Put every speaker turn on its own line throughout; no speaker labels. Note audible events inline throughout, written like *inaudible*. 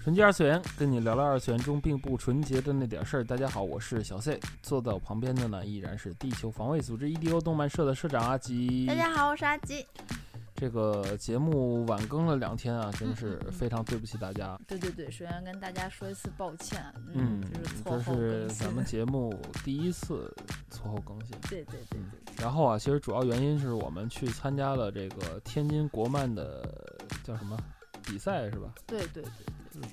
纯洁二次元，跟你聊聊二次元中并不纯洁的那点事儿。大家好，我是小 C，坐在我旁边的呢依然是地球防卫组织 EDO 动漫社的社长阿吉。
大家好，我是阿吉。
这个节目晚更了两天啊，真是非常对不起大家。
对对对，首先跟大家说一次抱歉，
嗯，
就是错
这
后
是
更新
咱们节目第一次错后更新。
对对对对对，
然后啊，其实主要原因是我们去参加了这个天津国漫的叫什么比赛是吧？
对对对。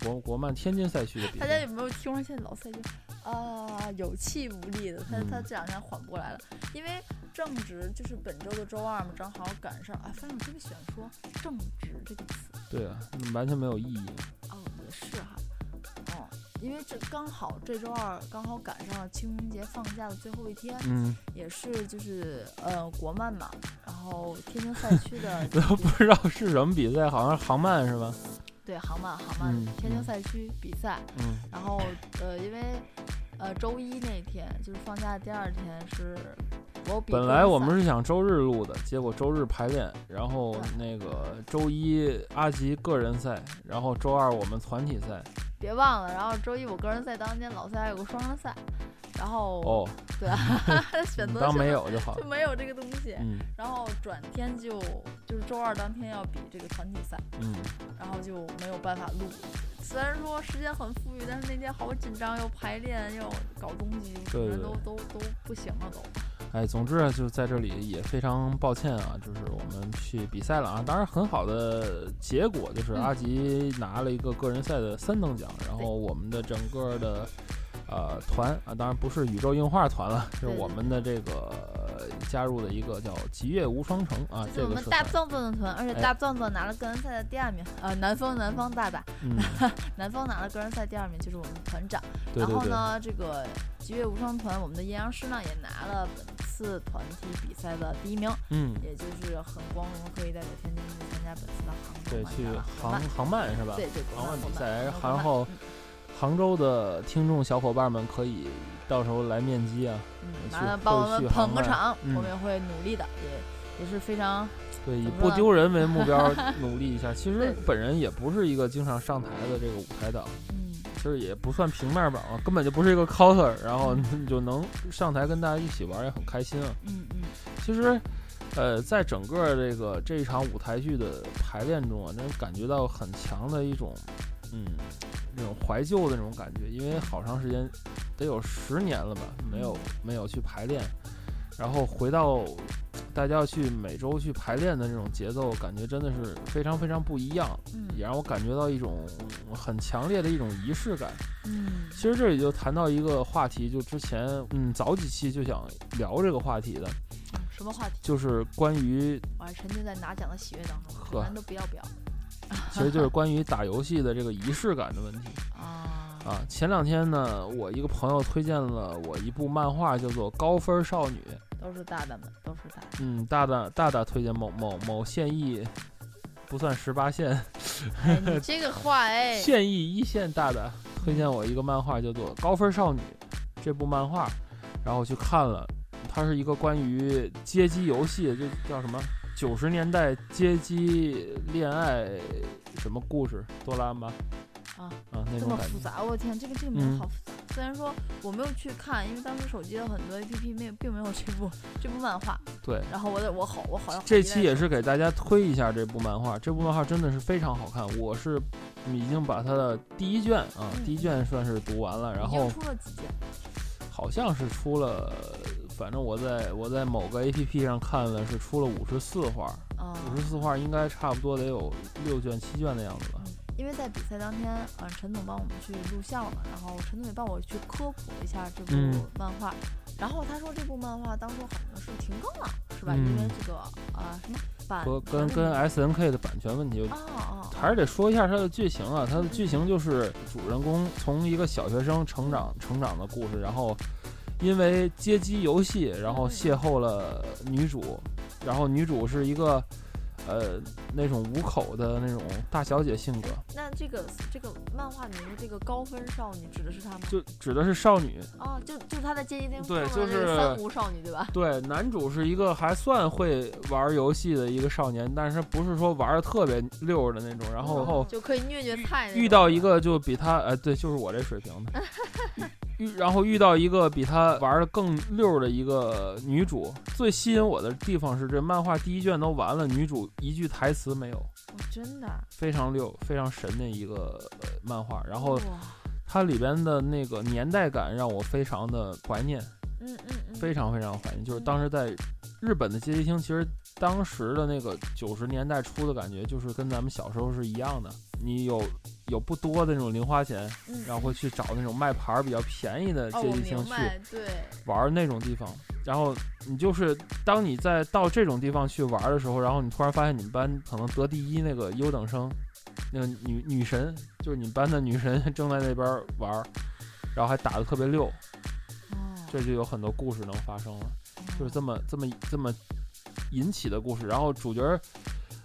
国国漫天津赛区的比
大家
赛
有。没有听说现在老赛就啊有气无力的？他他
嗯
这两天缓不过来了，因为正值就是本周的周二嘛，正好赶上啊。反正我特别喜欢说“正值”这个词
对啊，完全没有意义。
哦，也是哈，哦，因为这刚好这周二刚好赶上了清明节放假的最后一天，
嗯，
也是就是呃国漫嘛，然后天津赛区
*laughs*
的
我 *laughs* 都不知道是什么比赛，好像是航漫是吧？
对航漫航漫、
嗯
天津
嗯
赛区比赛，
嗯。
然后呃因为呃周一那天就是放假的第二天是我比
本来我们是想周日录的，结果周日排练，然后
嗯
那个周一阿吉个人赛，然后周二我们团体赛。
别忘了，然后周一我个人赛当天老赛还有个双人赛，然后、
哦，
对
*laughs*
啊， *laughs* 选择
当
什
没
么
有就好
就。没有这个东西，
嗯
然后转天就就是周二当天要比这个团体赛，
嗯，
然后就没有办法录。虽然说时间很富裕，但是那天好紧张，又排练，又搞东西，整个人
对
都
对
都都不行了都。
哎，总之啊，就在这里也非常抱歉啊，就是我们去比赛了啊。当然，很好的结果就是
嗯
阿吉拿了一个个人赛的三等奖，然
对
后我们的整个的呃团啊，当然不是宇宙硬化团了，是
对对
我们的这个呃加入的一个叫极月无双城啊，
就是
这
我
个
们
社
大
团。
壮壮的团，而且
哎
大壮壮拿了个人赛的第二名，呃，南方南方大大， *laughs*
嗯，
南方拿了个人赛第二名，就是我们团长。
对对
然后
对。
呢，这个极乐无双团，我们的阴阳师呢也拿了本次团体比赛的第一名，
嗯，
也就是很光荣，可以代表天津去参加本次的
对，
杭州
去
漫
杭杭漫是吧？
对对
杭漫
国漫
比赛，
国漫
然后
嗯
杭州的听众小伙伴们可以到时候来面基啊，
嗯，
去
麻烦帮我
会
们
去
捧
航
个
班
场，
嗯
我们也会努力的，也也是非常
对，以
怎么
不
了
丢人为目标
*laughs*
努力一下。其实
对
本人也不是一个经常上台的这个舞台党，
嗯，
其实也不算平面吧，啊根本就不是一个 coser，然后你 *laughs* 就能上台跟大家一起玩，也很开心啊。
嗯嗯，
其实，呃，在整个这个这一场舞台剧的排练中啊，能感觉到很强的一种，嗯，那种怀旧的那种感觉，因为好长时间，得有十年了吧，没有没有去排练，然后回到大家要去每周去排练的这种节奏，感觉真的是非常非常不一样，
嗯
也让我感觉到一种很强烈的一种仪式感。
嗯
其实这里就谈到一个话题，就之前嗯早几期就想聊这个话题的，
什么话题？
就是关于，
我还沉浸在拿奖的喜悦当中，
呵
突然都不要不要
其实就是关于打游戏的这个仪式感的问题
啊
啊。前两天呢，我一个朋友推荐了我一部漫画，叫做《高分少女》。
都是大大们，都是大大，
嗯，大大大大推荐某某某县一，不算十八线，
哎，你这个话哎，
县一一线大大推荐我一个漫画，叫做《高分少女》这部漫画，然后我去看了，它是一个关于街机游戏，这叫什么？九十年代街机恋爱什么故事？多拉吗？
啊
啊，那
这
种
么
感觉
复。杂，我天，这个这个名字
嗯
好复杂。虽然说我没有去看，因为当时手机的很多 APP 没有并没有这部这部漫画。
对，
然后我得我好啊我好像
这期也是给大家推一下这部漫画，这部漫画真的是非常好看，我是已经把它的第一卷啊，
嗯
第一卷算是读完了，然
已
后
经出了几件，
好像是出了，反正我在我在某个 A P P 上看了是出了五十四话，
嗯、
五十四话应该差不多得有六卷七卷的样子吧。
因为在比赛当天，嗯、陈总帮我们去录像了，然后陈总也帮我去科普了一下这部
嗯
漫画，然后他说这部漫画当初好像是停更了，是是吧？因为这个呃什么版
嗯和跟跟 S N K 的版权问题有
嗯哦哦
还是得说一下它的剧情啊，它的剧情就是主人公从一个小学生成长成长的故事，然后因为街机游戏，然后邂逅了女主，然后女主是一个呃那种五口的那种大小姐性格，
那这个这个漫画名这个高分少女指的是她吗？
就指的是少女。
哦，就就是她在街机厅
对
碰到
就
的那个
是
三无少女对吧？
对，男主是一个还算会玩游戏的一个少年，但是不是说玩的特别溜儿的那种，然后后
就可以虐虐菜那种。
遇到一个就比他，呃，对，就是我这水平的。遇然后遇到一个比他呃玩的更溜儿的一个女主，最吸引我的地方是这漫画第一卷都完了，女主一句台词没有，
哦真的，
非常溜，非常神的一个呃漫画。然后
哇
它里边的那个年代感让我非常的怀念，
嗯嗯嗯，
非常非常怀念。就是当时在日本的街机厅，其实当时的那个九十年代初的感觉，就是跟咱们小时候是一样的。你有有不多的那种零花钱，
嗯
然后会去找那种卖牌儿比较便宜的
哦，
街
我
机厅
明
去
白，对，
玩儿那种地方。然后你就是当你在到这种地方去玩儿的时候，然后你突然发现你们班可能得第一那个优等生，那个女女神，就是你们班的女神 *laughs* 正在那边儿玩儿，然后还打得特别溜，
哦，
这就有很多故事能发生了。就是这
么
么这么这么引起的故事。然后主角儿，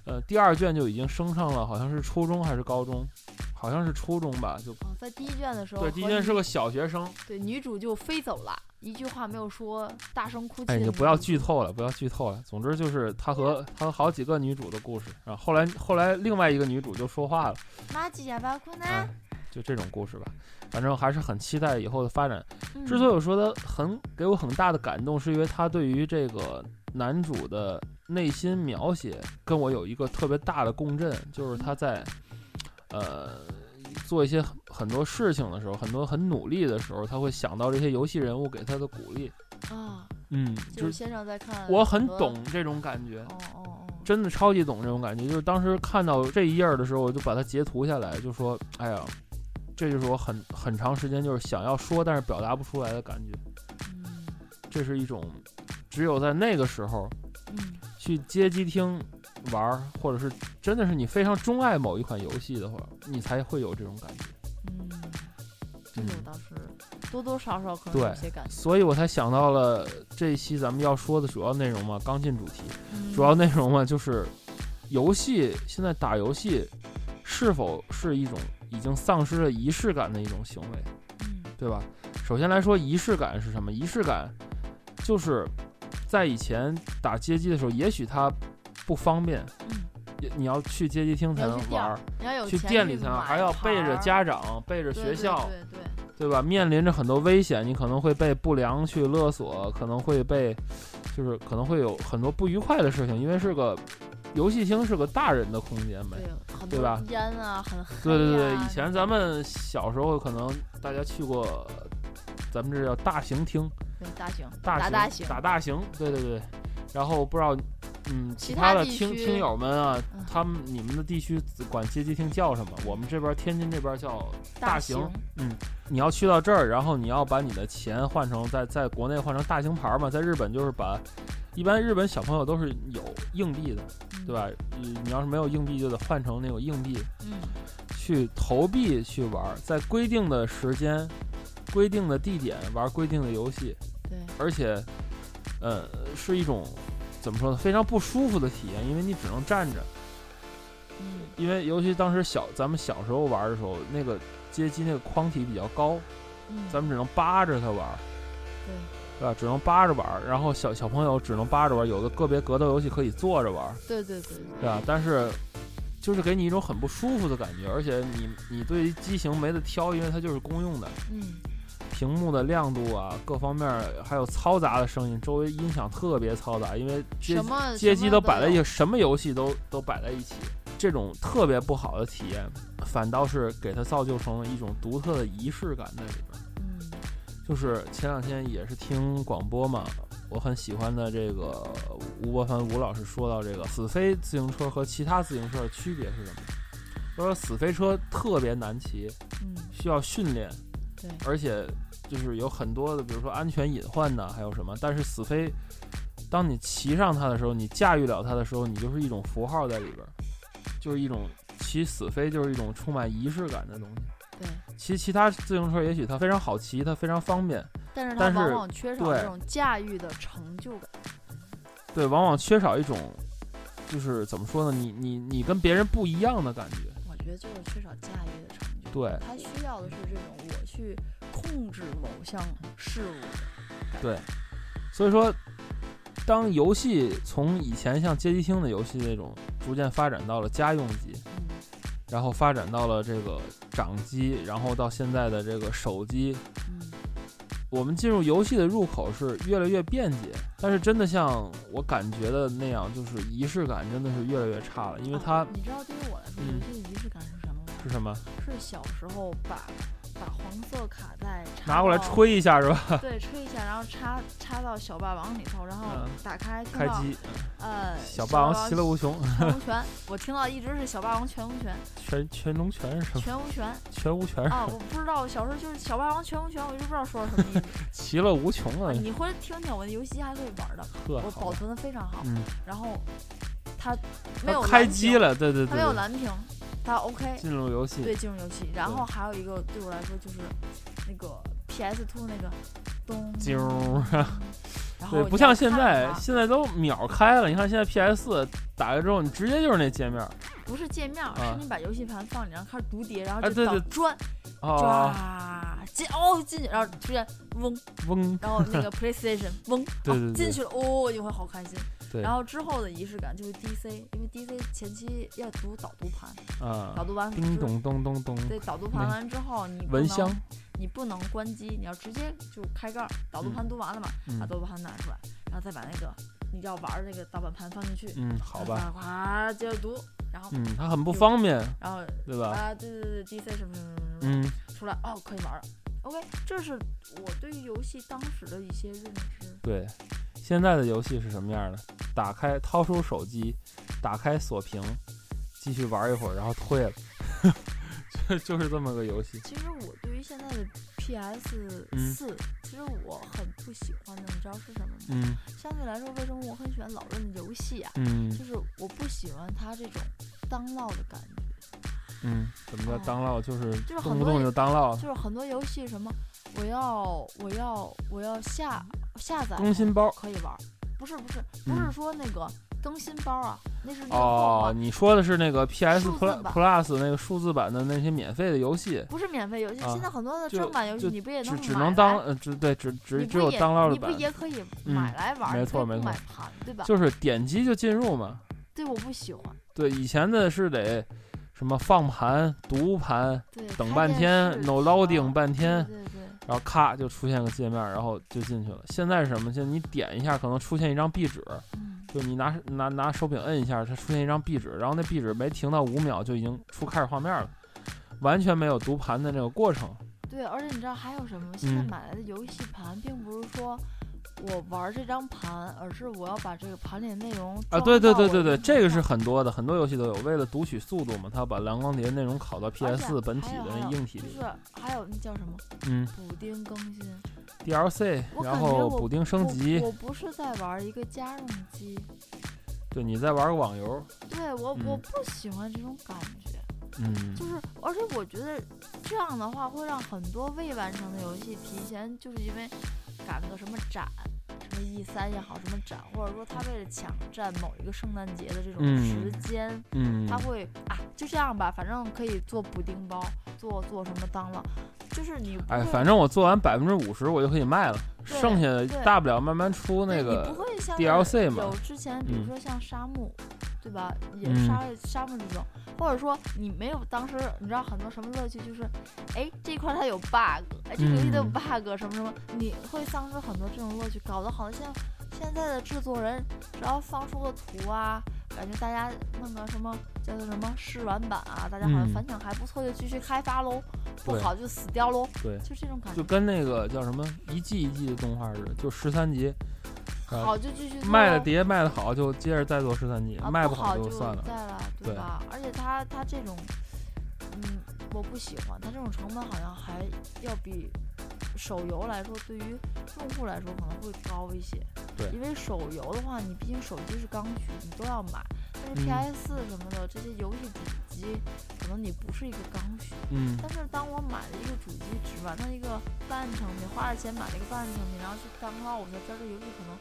呃，第二卷就已经升上了，好像是初中还是高中，好像是初中吧，就
哦，在第一卷的时候和
对，
女，
第一卷是个小学生。
对女主就飞走了，一句话没有说，大声哭泣的
哎，
女
你
主。
就不要剧透了，不要剧透了。总之就是他和他和好几个女主的故事，然后后来后来另外一个女主就说话了，
马吉亚巴库呢？
哎，就这种故事吧。反正还是很期待以后的发展。
嗯
之所以我说它很给我很大的感动，是因为它对于这个男主的内心描写跟我有一个特别大的共振，就是他在呃做一些很很多事情的时候，很多很努力的时候，他会想到这些游戏人物给他的鼓励。
啊，
嗯，
就
就是是
先生在看，
我很懂。这种感觉。
哦哦哦，
真的超级懂这种感觉，就是当时看到这一页儿的时候，我就把它截图下来，就说：“哎呀，这就是我很很长时间就是想要说，但是表达不出来的感觉。”
嗯
这是一种只有在那个时候
嗯
去街机厅玩儿，或者是真的是你非常钟爱某一款游戏的话，你才会有这种感觉。
嗯，这个我
嗯
倒是多多少少可能有
对
些感觉。
所以我才想到了这一期咱们要说的主要内容嘛，刚进主题，
嗯
主要内容嘛就是游戏现在打游戏是否是一种已经丧失了仪式感的一种行为。
嗯
对吧？首先来说，仪式感是什么？仪式感就是在以前打街机的时候，也许它不方便，
嗯，
也你要去街机厅才能
你要去店
玩
儿
儿，
你要有
去
钱
店里才
去
能，
买
还要背着
牌儿
家长、背着
对
学
对
校，
对对，
对吧？面临着很多危险，你可能会被不良去勒索，可能会被，就是可能会有很多不愉快的事情，因为是个游戏厅，是个大人的空间呗。
对，很
对
多
吧
烟啊，很黑、啊。
对对对，以前咱们小时候可能大家去过，咱们这叫大型厅。
对大型
大
打
型
大型
打大型，对对对。然后不知道，嗯，
其
其
他
他的
地
听
区
听友们啊
嗯，
他们你们的地区管街机厅叫什么？我们这边天津这边叫
大
型。你要去到这儿，然后你要把你的钱换成在在国内换成大型牌儿嘛，在日本就是把，一般日本小朋友都是有硬币的，
嗯
对？吧？你你要是没有硬币，就得换成那种硬币
嗯，
去投币去玩儿，在规定的时间、规定的地点玩规定的游戏。
对，
而且，呃，是一种怎么说呢，非常不舒服的体验，因为你只能站着。
嗯
因为尤其当时小咱们小时候玩的时候，那个街机那个框体比较高，
嗯，
咱们只能扒着它玩儿，
对，
对吧？只能扒着玩儿，然后小小朋友只能扒着玩儿，有的个别格斗游戏可以坐着玩儿，
对对对对，
对吧？但是。就是给你一种很不舒服的感觉，而且你你对于机型没得挑，因为它就是公用的，
嗯
屏幕的亮度啊，各方面儿还有嘈杂的声音，周围音响特别嘈杂，因为街
什么
街机都摆在一起，
起，
什么游戏都都摆在一起，这种特别不好的体验，反倒是给它造就成了一种独特的仪式感在里边儿。
嗯
就是前两天也是听广播嘛，我很喜欢的这个吴伯凡吴老师说到这个死飞自行车和其他自行车的区别是什么？他说死飞车特别难骑，
嗯，
需要训练，
对，
而且就是有很多的，比如说安全隐患呐，还有什么，但是死飞当你骑上它的时候，你驾驭了它的时候，你就是一种符号在里边儿，就是一种骑死飞，就是一种充满仪式感的东西。
对，
骑其他自行车也许它非常好骑，它非常方便，
但是它
但
往
是
往缺少
对
这种驾驭的成就感。
对，往往缺少一种，就是怎么说呢，你你你跟别人不一样的感觉。
我觉得就是缺少驾驭的成就。
对
他需要的是这种我去控制某项事物的感觉。
对所以说，当游戏从以前像街机厅的游戏那种，逐渐发展到了家用机，
嗯，
然后发展到了这个掌机，然后到现在的这个手机，
嗯
我们进入游戏的入口是越来越便捷，但是真的像我感觉的那样，就是仪式感真的是越来越差了，因为
啊
它
你知道对于我来说，
嗯
游戏的仪式感是什么吗？
是什么，
是小时候把把黄色卡带插
拿过来
到，
吹一下是吧？
对，吹一下，然后插插到小霸王里头，然后
嗯
打开，听
开
到
机，
呃
小霸王其乐无穷，
全无拳， *laughs* 我听到一直是小霸王全无拳，
全全龙拳是什么？
*laughs* 全无拳
全无拳，
啊！我不知道，我小时候就是小霸王全无拳，我一直不知道说的什么意思。
*laughs* 其乐无穷啊！
你回来听听，我的游戏机还可以玩的，
呵，
哎我
好
保
吧
存的非常好。
嗯，
然后它没有
它开
蓝
机
屏，
了，对对
它
对
没有
对，
蓝屏，它 OK，
进入游戏，
对，进入游戏。然
对
后还有一个对我来说就是那个 PS Two 那个咚
啾
然后
对，
我
不
就要
像现
看
在，
它
现在都秒开了。你看现在 PS 四打开之后，你直接就是那界面儿
不是界面儿，
啊
是你把游戏盘放里，然后开始读碟，然后
啊
就
对
倒
对
转
啊，
抓进哦进去，然后突然嗡，
嗡，
然后
*laughs*
那个 PlayStation 嗡，
对
哦
对对
进去了，哦，就会好开心。
对
然后之后的仪式感就是 DC，因为 DC 前期要读导读盘，导
啊，
读完
叮咚咚咚咚，
对，导读盘完之后，你不
蚊
能
香，
你不能关机，你要直接就开盖儿。导读
嗯
盘读完了嘛，把
嗯
导读盘拿出来，然后再把那个你要玩儿的那个盗版盘放进去，
嗯，好吧，，
哗，接着读，然后
嗯，它很不方便，
然后
对吧？
啊，对对对，DC 什么什么什么什么，
嗯，
出来哦，可以玩了。OK，这是我对于游戏当时的一些认知。
对。现在的游戏是什么样的？打开，掏出手机，打开锁屏，继续玩一会儿，然后退了， *laughs* 就就是这么个游戏。
其实我对于现在的 PS
嗯
四、其实我很不喜欢的，你知道是什么吗？
嗯
相对来说，为什么我很喜欢老任的游戏啊？
嗯
就是我不喜欢他这种当唠的感觉，
嗯，怎么叫
哦
当唠？就是
就
动
是很
不
多
动
人
就当唠，
就是很多游戏什么我要我要我要下下载
更新包。
可以玩儿，不是不是不是
嗯
说那个更新包啊，那是那个后
哦
话，，
你说的是那个 PS
数字
Plus
版
Plus 那个数字版的那些免费的游戏，
不是免费游戏，
啊
现在很多的
就
正版游戏
就
你不也
只
能
只
买
能
来
当呃只对只只
你
只
不
有
也
当唠的
你不
版，
也可以
嗯
买来玩儿？
没
你可
错
以
没
不
错
买盘对吧？
就是点击就进入嘛。
对，我不喜欢。
对，以前的是得什么放盘、读盘，
对，
等
开
半
电
天
视
，no
什么嗯
loading 半天，
对对对，
然后咔就出现个界面，然后就进去了。现在是什么？现在你点一下，可能出现一张壁纸，
嗯，
就你拿拿拿手柄摁一下，它出现一张壁纸，然后那壁纸没停到五秒就已经出开始画面了，完全没有读盘的那个过程。
对。而且你知道还有什么？现在
嗯
买来的游戏盘，并不是说我玩儿这张盘，而是我要把这个盘里的内容
啊，
装
对对
到
对
我
对
的
对，
电
这
脑
个是
上
很多的，很多游戏都有。为了读取速度嘛，它把蓝光碟内容拷到
而
PS
且
4本体
还有
的
还有
硬体
就
里。
是还有那叫什么
嗯
补丁更新，
，DLC，
我
然
感觉
后
我
补丁升
我
级。
我不是在玩儿一个家用机，
对，你再玩个网游，
对我我
嗯
不喜欢这种感觉。
嗯
就，是，而且我觉得这样的话会让很多未完成的游戏提前，就是因为赶个什么展，什么 E 三也好，什么展，或者说他为了抢占某一个圣诞节的这种时
嗯
间，
嗯，
他会啊，就这样吧，反正可以做补丁包，做做什么当了，就是你不
哎，
会，
反正我做完百分之五十我就可以卖了，
对
剩下的
对
大不了慢慢出那
对你不
个。
会像
DLC 嘛
有之前，比如
嗯
说像沙漠。对吧？也
嗯
沙沙漠这种，或者说你没有当时，你知道很多什么乐趣，就是，哎，这块儿它有 bug，哎，这个游戏它有
嗯
bug 什么什么，你会丧失很多这种乐趣，搞得好像现在的制作人只要放出个图啊，感觉大家弄个什么叫做什么试玩版啊，大家好像
嗯
反响还不错，就继续开发喽，不
对
好就死掉喽，
对
就这种感
就
觉，
跟那个叫什么一季一季的动画似的，就十三集，呃
好就继续做
卖了
咯
碟卖的好就接着再做十三集，
啊，
卖
不
好
就
算了。
再了，
对
吧？而且他他这种，嗯，我不喜欢，他这种成本好像还要比手游来说，对于用户来说可能会高一些。
对
因为手游的话，你毕竟手机是刚需，你都要买。但
嗯
是 PS 什么的、这些游戏主机，可能你不是一个刚需。
嗯
但是当我买了一个主机，只玩它一个半成品，花了钱买了一个半成品，然后去单挑，我才知道这游戏可能，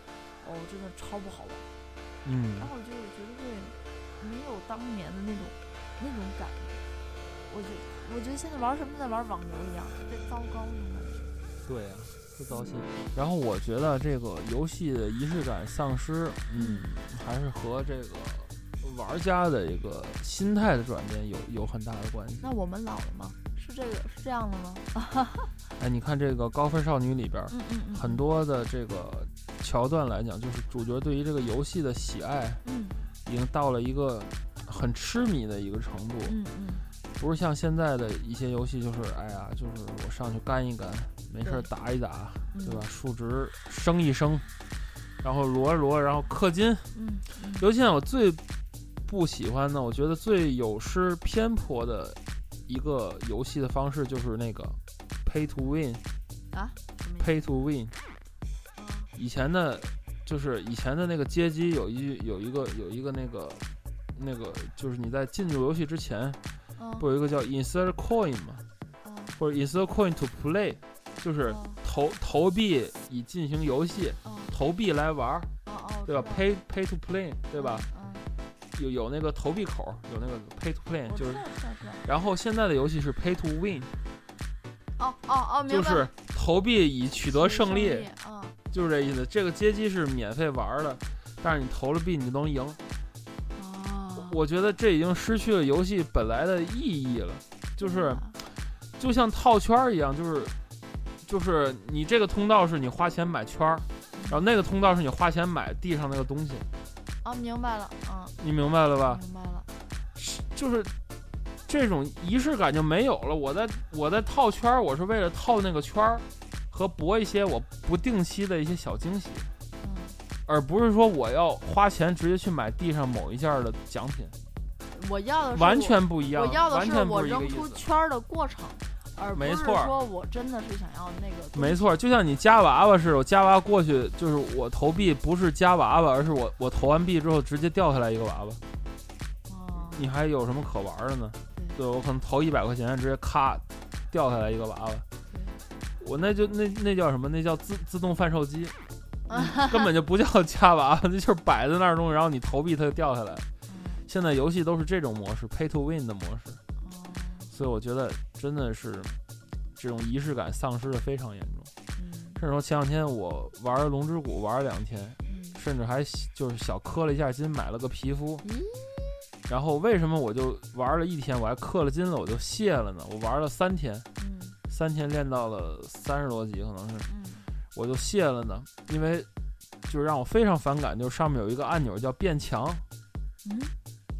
哦，真的超不好玩。
嗯
然后我就觉得会没有当年的那种那种感觉。我觉我觉得现在玩什么都在玩网游一样，特别糟糕那种感觉。
对呀、不糟心。然后我觉得这个游戏的仪式感丧失，嗯，还是和这个玩家的一个心态的转变有有很大的关系。
那我们老了吗？是这个是这样的吗？
哎，你看这个《高分少女》里边儿
嗯嗯嗯，
很多的这个桥段来讲，就是主角对于这个游戏的喜爱
嗯
已经到了一个很痴迷的一个程度，
嗯嗯，
不是像现在的一些游戏，就是哎呀，就是我上去干一干，没事儿
对
打一打，
嗯
对吧？？数值升一升，然后摞一摞，然后氪金。
嗯嗯
尤其像我最不喜欢的，我觉得最有失偏颇的一个游戏的方式就是那个 pay to win，pay
啊，什么意思
to win。
啊
以前的，就是以前的那个街机有一句有一个有一个那个那个，就是你在进入游戏之前，
嗯
不有一个叫 insert coin 嘛，
啊
或者 insert coin to play，就是
哦
投投币以进行游戏，
啊
投币来玩儿，
啊啊，
对吧
我知
？pay
道
pay to play，对吧？？
嗯，
有有那个投币口，有那个 pay to play，
嗯我
就
知
是
道知道知道。
然后现在的游戏是 pay to win，
哦哦哦，明
就
白。
是投币以取得胜利，
利，嗯，
就是这意思。这个街机是免费玩儿的，但是你投了币你就能赢。
哦，
我觉得这已经失去了游戏本来的意义了，就是就像套圈儿一样，就是就是你这个通道是你花钱买圈儿，然后那个通道是你花钱买地上那个东西，
啊，明白了，嗯，
你明白了吧？
明白了，
是就是这种仪式感就没有了。我在我在套圈儿，我是为了套那个圈儿和博一些我不定期的一些小惊喜，
嗯，
而不是说我要花钱直接去买地上某一件儿的奖品，
我要的是
完
我
全不一样，
我要的
完
是
全不
我
是一个
扔
意
出
思。
圈儿的过程，而不
没
是
错儿
说我真的是想要那个东西。
没错，就像你夹娃娃似的，我夹娃娃过去就是我投币，不是夹娃娃，而是我我投完币之后直接掉下来一个娃娃，
哦，
你还有什么可玩儿的呢？
对
对我可能投一百块钱，直接咔掉下来一个娃娃，
对，
我那就那那叫什么？那叫自自动贩售机，根本就不叫夹娃娃，那就是摆在那儿东西，然后你投币它就掉下来。
嗯
现在游戏都是这种模式，pay to win 的模式，
哦
所以我觉得真的是这种仪式感丧失的非常严重。
嗯
甚至说前两天我玩《龙之谷》玩了两天，
嗯
甚至还就是小氪了一下金，买了个皮肤。
咦，
然后为什么我就玩了一天，我还氪了金了，我就卸了呢？我玩了三天，
嗯
三天练到了三十多级，可能是
嗯
我就卸了呢，因为就是让我非常反感，就是上面有一个按钮叫变强，
嗯，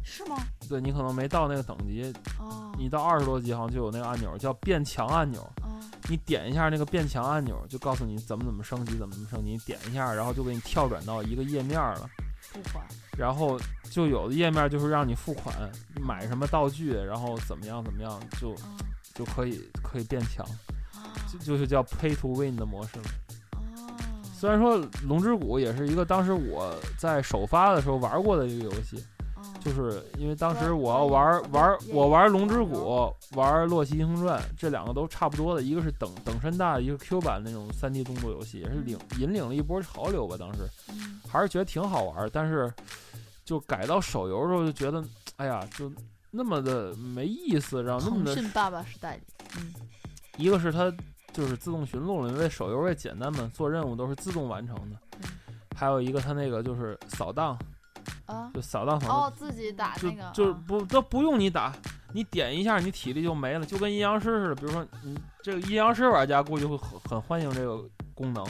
是吗？
对你可能没到那个等级，
哦，
你到二十多级好像就有那个按钮叫变强按钮，
哦
你点一下那个变强按钮，就告诉你怎么怎么升级，怎么怎么升级，你点一下，然后就给你跳转到一个页面了。
不管，
然后就有的页面就是让你付款买什么道具，然后怎么样怎么样就
嗯
就可以可以变强，
啊
就就是叫 pay to win 的模式了。
哦，
虽然说《龙之谷》也是一个当时我在首发的时候玩过的一个游戏，
哦
就是因为当时
对
我要玩
对
玩
也
我玩《龙之
网
谷》玩《洛奇英雄传》，这两个都差不多的，一个是等等身大，一个是 Q 版那种 3D 动作游戏，也是领引领了一波潮流吧。当时
嗯
还是觉得挺好玩儿，但是就改到手游的时候就觉得，哎呀，就那么的没意思，然后那么
腾
的，
讯爸爸是代理，
一个是它就是自动寻路了，因为手游也简单嘛，做任务都是自动完成的
嗯，
还有一个它那个就是扫荡，
啊
就扫荡反正
哦，自己打
就
那个
就是
啊
不都不用你打，你点一下你体力就没了，就跟阴阳师似的。比如说你这个阴阳师玩家估计会很很欢迎这个功能。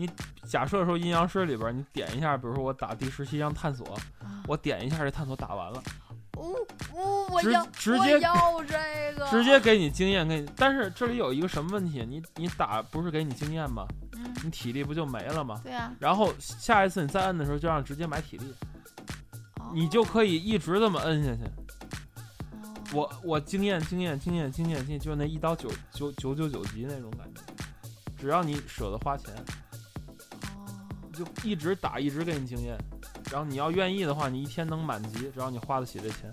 你假设说阴阳师里边你点一下，比如说我打第十七章探索，
啊
我点一下这探索打完了，
呜呜，我
直
要
直
我
接
要这个，
直接给你经验给你。但是这里有一个什么问题？你你打不是给你经验吗？
嗯，
你体力不就没了吗？
对啊，
然后下一次你再摁的时候，就让直接买体力，
哦
你就可以一直这么摁下去。
哦
我我经验经验经验经验经验，就是那一刀九九九九九级那种感觉。只要你舍得花钱，
哦
就一直打，一直给你经验。然后你要愿意的话，你一天能满级，只要你花得起这钱。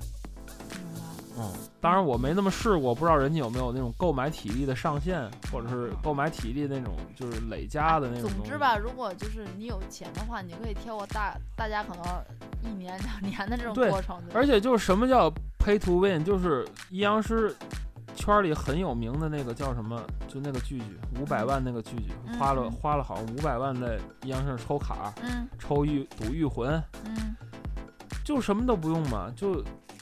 明白了
嗯，当然我没那么试过，不知道人家有没有那种购买体力的上限，或者是购买体力那种就是累加啊的那种。
嗯总之，吧，如果就是你有钱的话，你可以跳过大大家可能一年两年的这种
对
过程。对吧
而且就是什么叫 pay to win，就是阴阳师圈里很有名的那个叫什么，就那个剧剧五百万那个剧剧，
嗯
花了
嗯
花了好像五百万在阴阳师抽卡、
嗯
抽玉赌玉魂，
嗯
就什么都不用嘛，就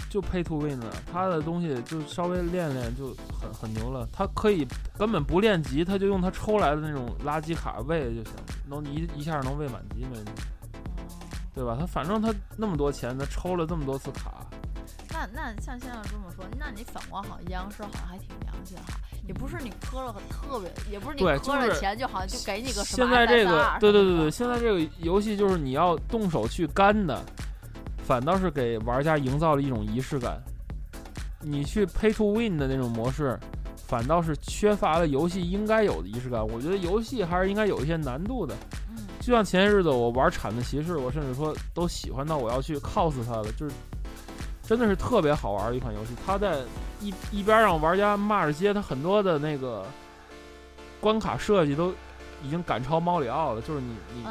就 pay to win 了。他的东西就稍微练练就很很牛了，他可以根本不练级，他就用他抽来的那种垃圾卡喂就行，能一一下能喂满级没问题，
哦
对吧？他反正他那么多钱，他抽了这么多次卡，
那那像现在这么说，那你反观好像阴阳师好像还挺良心哈，也不是你磕了个特别，也不是你
对
磕了
就是
钱就好像就给你个什么
现在这个
SSR
对对
什
对
么
对，
的
现在这个游戏就是你要动手去干的，反倒是给玩家营造了一种仪式感。你去 pay to win 的那种模式，反倒是缺乏了游戏应该有的仪式感。我觉得游戏还是应该有一些难度的。
嗯
就像前些日子我玩《铲子骑士》，我甚至说都喜欢到我要去 cos 它了，就是真的是特别好玩的一款游戏。它在一一边让玩家骂着街，它很多的那个关卡设计都已经赶超猫里奥了，就是你你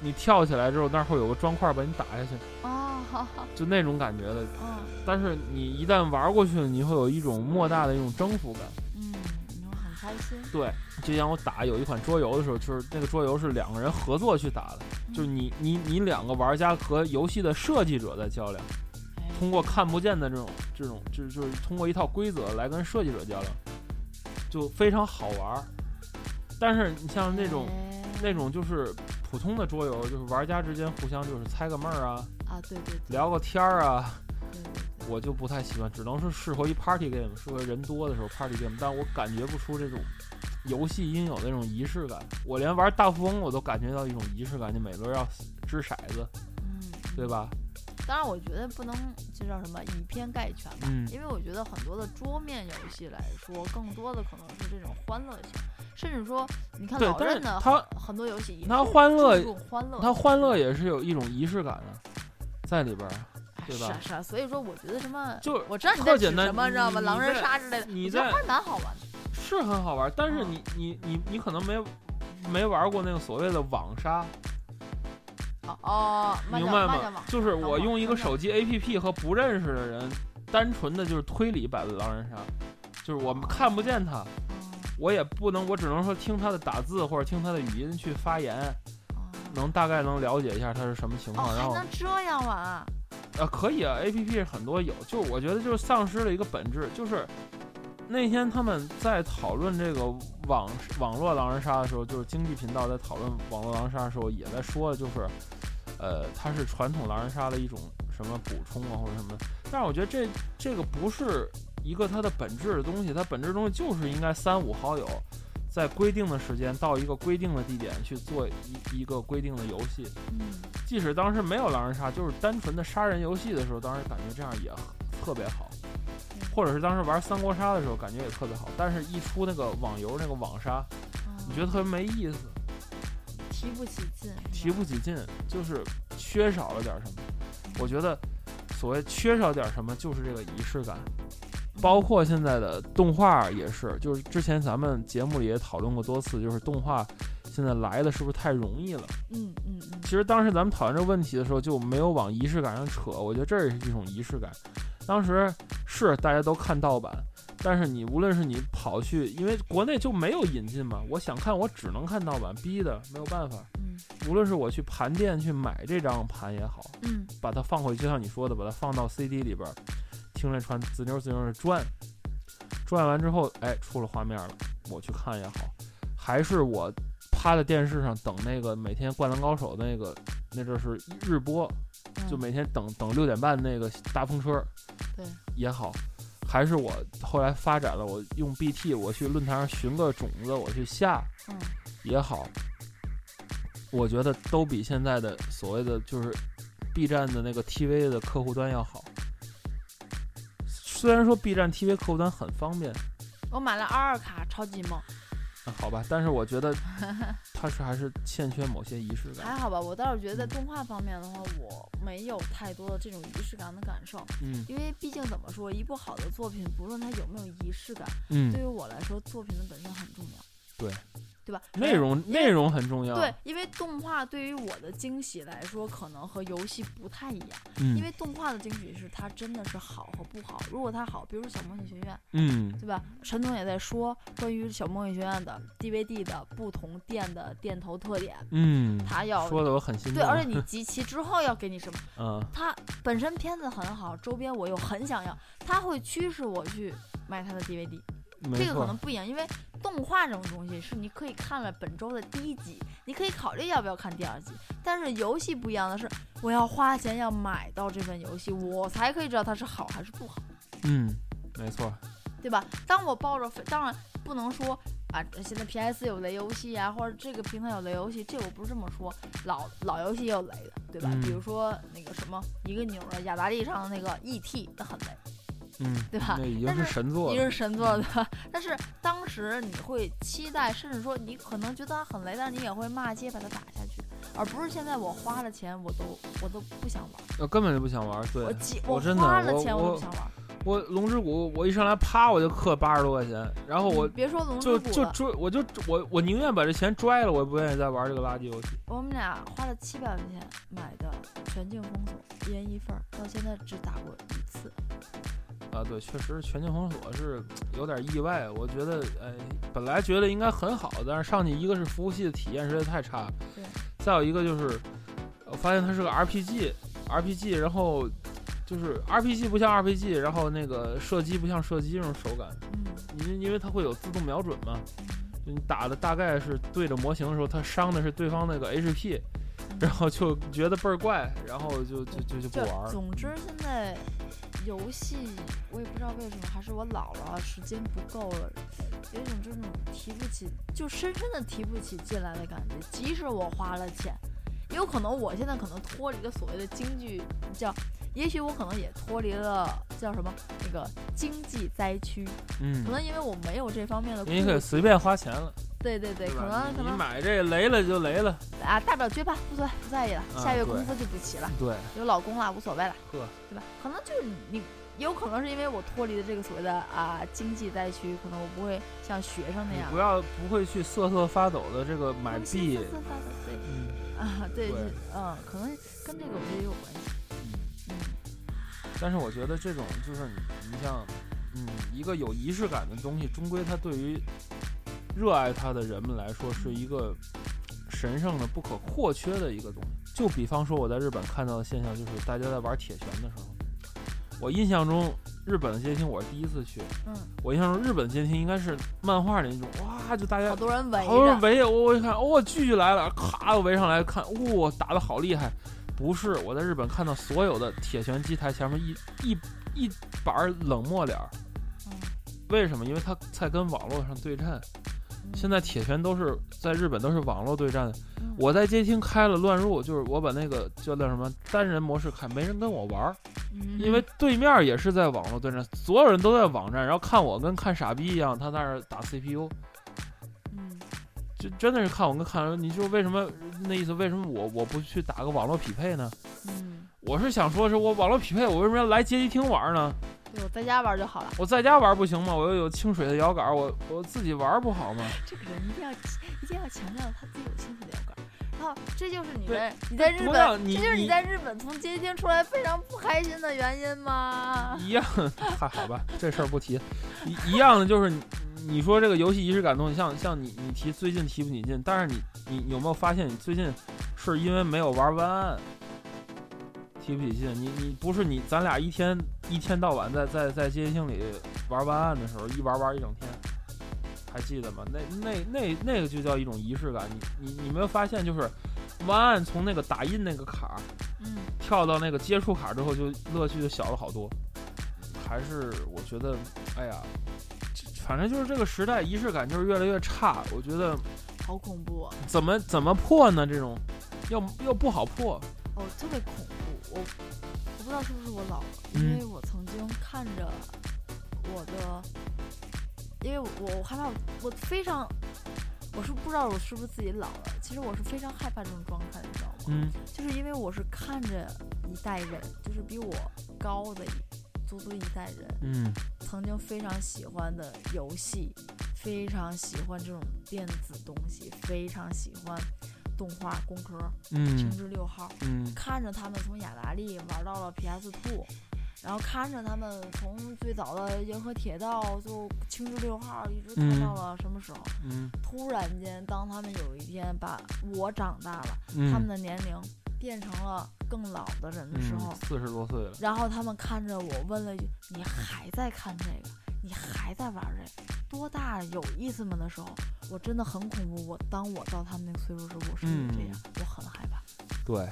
你跳起来之后，那儿会有个砖块把你打下去，
哦，好好
就那种感觉的。
嗯
但是你一旦玩过去，你会有一种莫大的一种征服感。
嗯，你会很开心，
对，就像我打有一款桌游的时候，就是那个桌游是两个人合作去打的，
嗯
就是你你你两个玩家和游戏的设计者在较量，
哎
通过看不见的这种这种就是就是通过一套规则来跟设计者较量，就非常好玩儿。但是你像那种
哎
那种就是普通的桌游，就是玩家之间互相就是猜个闷儿啊，
啊，对对对
聊个天儿啊，
对对对，
我就不太喜欢，只能是适合于 party game，适合人多的时候 party game，但我感觉不出这种游戏应有的那种仪式感。我连玩大富翁我都感觉到一种仪式感，就每轮要掷骰子，
嗯，
对吧？
当然，我觉得不能就叫什么以偏概全吧，
嗯
因为我觉得很多的桌面游戏来说，更多的可能是这种欢乐性，甚至说你看
对
老
但是
任的
他
很很多游戏也
他
是
欢乐
注重欢乐，
它欢乐也是有一种仪式感的，在里边儿。
哎
对吧
是啊是啊，所以说我觉得什么，
就是
我知道你
特
在指
简单
什么，知道吗？
你
狼人
在
杀之类的，
你
我觉得
在
花蛮好玩的，
是很好玩，但是你你你你可能没没玩过那个所谓的网杀，
哦哦，慢
明白
点慢点
吗
往？
就是我用一个
慢点
手机 APP 和不认识的人，单纯的就是推理版的狼人杀，就是我
哦
们看不见他。我也不能，我只能说听他的打字或者听他的语音去发言，
哦哦
能大概能了解一下他是什么情况。
哦，
然
还
后
能这样玩啊？
啊，可以啊，A P P 很多有，就是我觉得就是丧失了一个本质，就是那天他们在讨论这个网网络狼人杀的时候，就是经济频道在讨论网络狼人杀的时候，也在说就是，呃，它是传统狼人杀的一种什么补充啊或者什么，但是我觉得这这个不是一个它的本质的东西，它本质的东西就是应该三五好友。在规定的时间到一个规定的地点去做一一个规定的游戏，
嗯，
即使当时没有狼人杀，就是单纯的杀人游戏的时候，当时感觉这样也特别好，或者是当时玩三国杀的时候，感觉也特别好。但是，一出那个网游那个网杀，
哦
你觉得特别没意思，
提不起劲是吧，
提不起劲，就是缺少了点什么。我觉得，所谓缺少点什么，就是这个仪式感。
嗯
包括现在的动画也是，就是之前咱们节目里也讨论过多次，就是动画现在来的是不是太容易了？
嗯嗯嗯
其实当时咱们讨论这个问题的时候，就没有往仪式感上扯，我觉得这是一种仪式感。当时是大家都看盗版，但是你无论是你跑去，因为国内就没有引进嘛，我想看我只能看盗版，逼的没有办法。
嗯
无论是我去盘店去买这张盘也好，
嗯，
把它放回去，就像你说的，把它放到 CD 里边儿，听着传滋溜滋溜的转，转完之后，哎，出了画面了，我去看也好，还是我趴在电视上等那个每天《灌篮高手》那个那阵儿是日播，
嗯
就每天等等六点半那个大风车，
对
也好。还是我后来发展了，我用 BT，我去论坛上寻个种子，我去下，
嗯
也好，我觉得都比现在的所谓的就是 B 站的那个 TV 的客户端要好。虽然说 B 站 TV 客户端很方便，
我买了阿尔卡超级梦，
嗯好吧，但是我觉
*laughs*
得它是还是欠缺某些仪式感。
还好吧，我倒是觉得在
嗯
动画方面的话，我没有太多的这种仪式感的感受，
嗯
因为毕竟怎么说，一部好的作品，不论它有没有仪式感，对
嗯，
于我来说，作品的本身很重要，
对，
对吧？
内容内容很重要。
对，，因为动画对于我的惊喜来说，可能和游戏不太一样，
嗯
因为动画的惊喜是它真的是好和不好。如果它好，比如说《小魔女学院》，
嗯
对吧？陈总也在说关于《小魔女学院》的 DVD 的不同店的店头特点，
嗯，
它要
说的我很心
对，
动。啊
而且你集齐之后要给你什么？
嗯
它本身片子很好，周边我又很想要，它会驱使我去买它的 DVD。
没
这个可
错
能不一样，因为动画这种东西是你可以看了本周的第一集，你可以考虑要不要看第二集。但是游戏不一样的是，我要花钱要买到这份游戏，我才可以知道它是好还是不好，
嗯，没错。
对吧？当我抱着非，当然不能说啊，现在 PS 有雷游戏啊，或者这个平台有雷游戏，这我不是这么说，老老游戏也有雷的，对吧？
嗯
比如说那个什么一个钮儿的啊雅达利上的那个 ET，那很雷。
嗯，
对吧
那已经
但
是
是
神作
一
了。
是神作的，但是当时你会期待，甚至说你可能觉得它很雷，但是你也会骂街把它打下去，而不是现在我花了钱我都我都不想玩，
我呃根本就不想玩。对啊
我，几
我真的
花了
我
钱我都
我
不想玩。
我龙之谷，我一上来啪我就氪八十多块钱，然后我
你别说龙之
就
谷
就
了，
追，我就我我宁愿把这钱拽了，我也不愿意再玩这个垃圾游戏。
我们俩花了七百块钱买的《全境封锁》，一人一份儿，到现在只打过一次。
啊，对，确实全境封锁是有点意外。我觉得，哎，本来觉得应该很好，但是上去一个是服务器的体验实在太差，
对，
再有一个就是，我发现它是个 RPG，RPG，然后就是 RPG 不像 RPG，然后那个射击不像射击这种手感，
嗯，
因因为它会有自动瞄准嘛，就你打的大概是对着模型的时候，它伤的是对方那个 HP，然后就觉得倍儿怪，然后就就就就不
就
玩儿了。
总之现在游戏我也不知道为什么，还是我老了，时间不够了，有一种这种提不起，就深深的提不起劲来的感觉。即使我花了钱，也有可能我现在可能脱离了所谓的经济叫，也许我可能也脱离了叫什么那个经济灾区，
嗯
可，能因为我没有这方面的顾
你可以
虑。
随便花钱了。
对对对，
对吧
可能
你
可
你
能
买这雷了就雷了，
啊，大不了撅吧，无所谓，不在意了，
啊
下
对
月工资就补
*laughs*
齐了。
对，
有老公啦，无所谓了，
呵
对吧？可能就是你，也有可能是因为我脱离了这个所谓的啊、经济灾区，可能我不会像学生那
你
样
不要不会去瑟瑟发抖的这个
他
买
们先
币
分，散发展对
嗯
啊，对，
对
是嗯，可能跟这个我觉得也有关系，嗯，
但是我觉得这种就是你你像，嗯，一个有仪式感的东西，终归它对于热爱它的人们来说是一个神圣的、不可或缺的一个东西。就比方说我在日本看到的现象，就是大家在玩铁拳的时候，我印象中日本的街厅我是第一次去，
嗯，
我印象中日本街厅应该是漫画里那种，哇，就大家
好多人围
好多人
着，
围我，我一看，哦，聚聚来了，咔，我围上来看，哇、打的好厉害。不是，我在日本看到所有的铁拳机台前面一一一板儿冷漠脸儿，
嗯
为什么？因为他在跟网络上对战。
嗯
现在铁拳都是在日本都是网络对战。
嗯
我在街厅开了乱入，就是我把那个叫叫什么单人模式开，没人跟我玩儿，
嗯
因为对面也是在网络对战，所有人都在网站，然后看我跟看傻逼一样，他在那儿打 CPU。
嗯
就真的是看我跟看人，你就为什么那意思？为什么我我不去打个网络匹配呢？
嗯，
我是想说，是我网络匹配，我为什么要来街机厅玩呢？
对我在家玩就好了，
我在家玩不行吗？我又有清水的摇杆，我我自己玩不好吗？
这个人一定要一定要强调他自己有兴趣的摇杆。然后，这就是你
对
在你在日
同
本，
样你
这就是你
你
在日本从街厅出来非常不开心的原因吗？
一样， *laughs* 还好吧，这事儿不提。一一样的就是你，你说这个游戏仪式感东西，像像你你提最近提不起劲，但是你你你有没有发现，你最近是因为没有玩弯案提不起劲？你你不是你，咱俩一天一天到晚在在在街机厅里玩弯案的时候，一玩玩一整天。还记得吗？那那那那个就叫一种仪式感。你你你没有发现，就是弯案从那个打印那个卡，
嗯。
跳到那个接触卡之后，就乐趣就小了好多。还是我觉得，哎呀，这反正就是这个时代仪式感就是越来越差。我觉得
好恐怖、啊！
怎么怎么破呢？这种又又不好破。
哦，特别恐怖。我我不知道是不是我老了，
嗯
因为我曾经看着我的，因为我我害怕我，我非常我是不知道我是不是自己老了，其实我是非常害怕这种状态，你知道吗？
嗯
就是因为我是看着一代人，就是比我高的一足足一代人，
嗯
曾经非常喜欢的游戏，非常喜欢这种电子东西，非常喜欢动画《工壳》《青
嗯
之六号》
嗯
看着他们从雅达利玩到了 PS Two，然后看着他们从最早的《银河铁道》就《青之六号》一直看到了什么时候？
嗯
突然间，当他们有一天把我长大了，
嗯，
他们的年龄变成了更老的人的时候，
嗯四十多岁了，
然后他们看着我问了一句：“你还在看这个？你还在玩这个？多大有意思吗？”的时候，我真的很恐怖。我当我到他们那个岁数时，我是
嗯
这样，我很害怕。
对，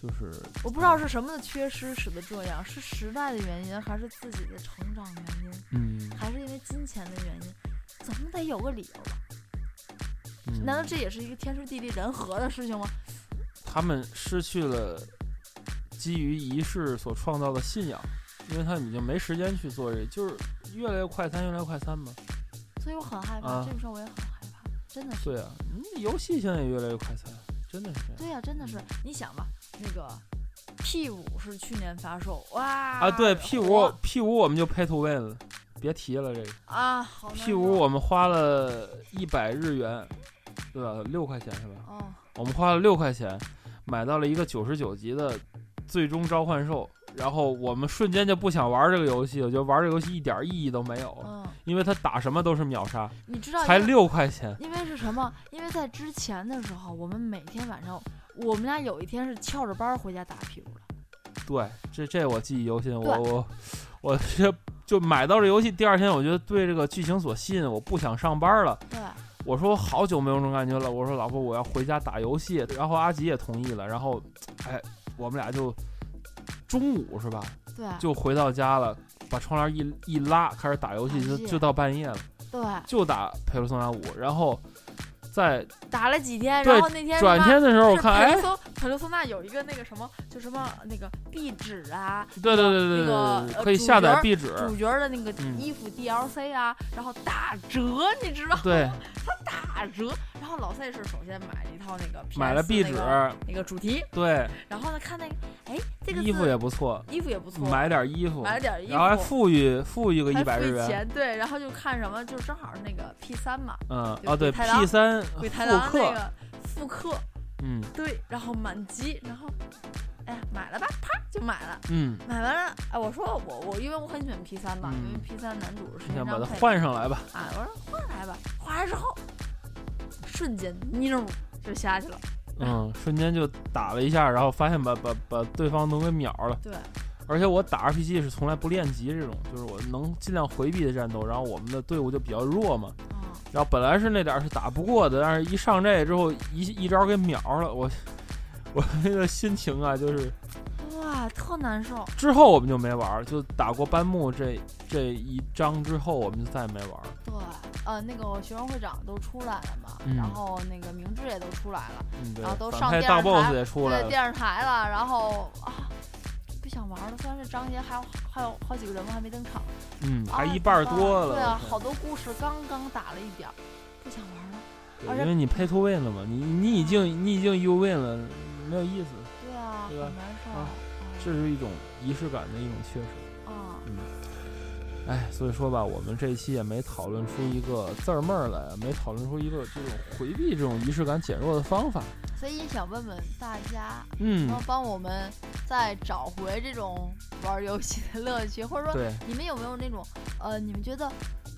就是
我不知道是什么的缺失使得这样，是时代的原因，还是自己的成长原因，
嗯，
还是因为金钱的原因？怎么得有个理由吧？
嗯
难道这也是一个天时地利人和的事情吗？
他们失去了基于仪式所创造的信仰，因为他们已经没时间去做这，就是越来越快餐，越来越快餐嘛。
所以我很害怕，
啊
这个事儿我也很害怕，真的是。
对啊，嗯游戏现在也越来越快餐，真的是这样。
对呀、真的是，你想吧，那个 P 五是去年发售，哇
啊，对 P 五
火
P 五我们就 pay to win 了，别提了这个。
啊，好难
P
受
五我们花了一百日元，对吧？六块钱是吧？
哦，
我们花了六块钱买到了一个九十九级的《最终召唤兽》，然后我们瞬间就不想玩这个游戏，我觉得玩这个游戏一点意义都没有，
嗯，
因为它打什么都是秒杀，
你知道
才
因为
六块钱。
因为是什么？因为在之前的时候，我们每天晚上，我们家有一天是翘着班儿回家打 P 五的。
对，这这我记忆犹新，我
对
我我这就买到这游戏第二天，我觉得对这个剧情所吸引，我不想上班了。
对，
我说我好久没有这种感觉了，我说老婆我要回家打游戏，然后阿吉也同意了，然后哎，我们俩就中午是吧，
对，
就回到家了，把窗帘一一拉，开始打游戏，
打
就
游戏
就到半夜了，
对，
就打《佩鲁松加五》，然后在
打了几天，
对
然后那天
转天的时候，我
是
看
佩
哎
雷，松佩雷松纳有一个那个什么，就什么那个壁纸啊，
哎对对对对对
那个
对，
呃
可以
主
下载
角
壁纸，
主角的那个
嗯
衣服 DLC 啊，然后打折，你知道吗？
对，
打折。然后老赛是首先买了一套那个 PS
买了壁纸
那，个那个主题，
对，
然后呢看那个，哎，这个
衣服
字
也不错，
衣服也不错，
买点衣服，
买了点衣服，
然后还富裕富裕个
还
一百
付
日元，
钱，对，然后就看什么，就正好是那个 P 三嘛，
嗯
就
啊对
鬼太郎
，P 三
鬼
复
太郎那
啊刻，
个复刻，
嗯
对，然后满级，然后哎呀买了吧，啪就买了，
嗯，
买完了，哎，我说我我因为我很喜欢 P 三嘛，因为
嗯
P 三男主
你
是陈
想把
章
它
配，
换上来
*laughs*
吧，
啊，我说换来吧，换来之后，瞬间泥儿就下去了，
嗯，瞬间就打了一下，然后发现把把把对方都给秒了。
对。
而且我打 RPG 是从来不练级这种，就是我能尽量回避的战斗，然后我们的队伍就比较弱嘛。
啊。
然后本来是那点儿是打不过的，但是一上这之后一一招给秒了，我 *laughs* 我那个心情啊，就是
哇，特难受。
之后我们就没玩儿，就打过班木这这一章之后，我们就再也没玩儿。
对，呃，那个学生会长都出来了嘛，
嗯
然后那个明智也都出来了，
嗯，对
啊都，
反
上
派
电
大
视
BOSS
台
也出来
对，
了，
电视台了，然后啊，不想玩了。虽然这章节还有还有好几个人物还没登场，
嗯，还
啊
一半儿
怎么
多
办
了。
对
我，
啊
天
好多故事刚刚打了一点儿，不想玩了。
对
而且
因为你 pay to win 了嘛，你你已经你已经 you win 了，没有意思，
对啊，
对吧
很难受
啊这是一种仪式感的一种缺失。
啊。
哎，所以说吧，我们这一期也没讨论出一个字儿妹儿来，啊没讨论出一个这种回避这种仪式感减弱的方法。
所以想问问大家，
嗯
能，帮我们再找回这种玩游戏的乐趣，或者说
对，
你们有没有那种呃，你们觉得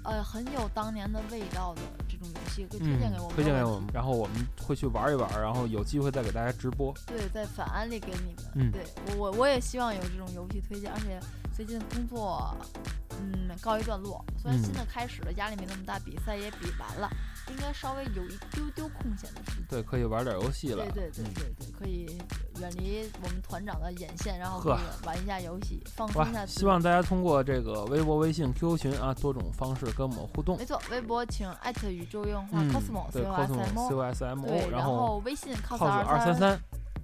呃很有当年的味道的这种游戏，可以推荐给我们？
嗯推荐给
没有
我
问
们
题，
然后我们会去玩一玩，然后有机会再给大家直播。
对，再反安利给你们。
嗯
对我我我也希望有这种游戏推荐，而且最近工作嗯告一段落，虽然
嗯
新的开始了，压力没那么大，比赛也比完了，应该稍微有一丢丢空闲的时间。
对，可以玩点游戏了。
对对对
嗯
对对，可以远离我们团长的眼线，然后可
呵
以玩一下游戏，放松一下
哇，
自己。
希望大家通过这个微博、微信、QQ 群啊多种方式跟我们互动
没。错，微博请艾特宇宙硬化
嗯，
哎啊 cosmo
对
c o s m o
，cosmo，COSMO，
对，
然
然后微信 cos
二
二
三
三
三，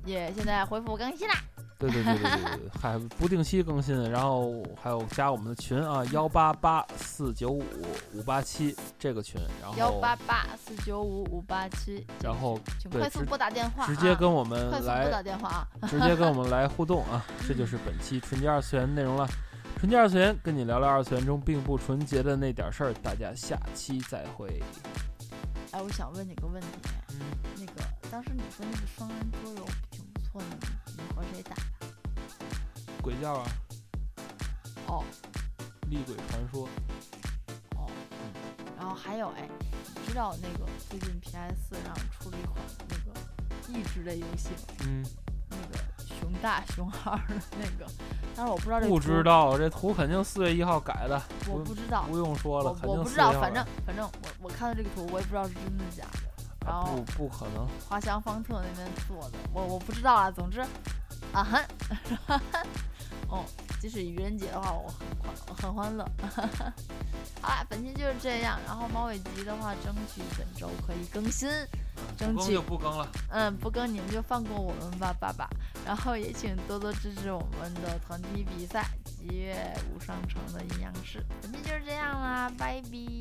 也现在回复更新啦。
对对对对对对，还不定期更新，然后还有加我们的群啊，幺八八四九五五八七这个群，然
幺
后
八八四九五五八七，
然后
请
对
快速
直
拨打电话、啊，
直接跟我们
快速拨打
来
电话啊！
*laughs* 直接跟我们来互动啊，这就是本期纯洁二次元的内容了。纯洁二次元跟你聊聊二次元中并不纯洁的那点事儿，大家下期再会。
哎，我想问你个问题，
嗯，
那个当时你说那个双人桌游挺不错的，你你和谁打的？
鬼叫啊，
哦
厉鬼传说，
哦，然后还有哎，你知道那个最近 PS 四上出了一款那个益智类游戏吗？
嗯，
那个熊大熊二的那个，但是我不知道这个
不
图
知，道这图肯定四月一号改的，
我不知道，
啊不用说了，
我
肯定
我不
4
知
月
道
1，号
反
改
正反正我我看到这个图，我也不知道是真的假的。然
啊
后
不不可能，
华强方特那边做的，我我不知道啊。总之，啊哈， *laughs* 哦，即使愚人节的话，我很欢我很欢乐。 *laughs* 好啦，本期就是这样。然后猫尾集的话，争取本周可以更新。
不
争
更
取
就不更了。
嗯，不更你们就放过我们吧，爸爸。然后也请多多支持我们的团体比赛，吉月无上城的阴阳师。本期就是这样啦，拜拜。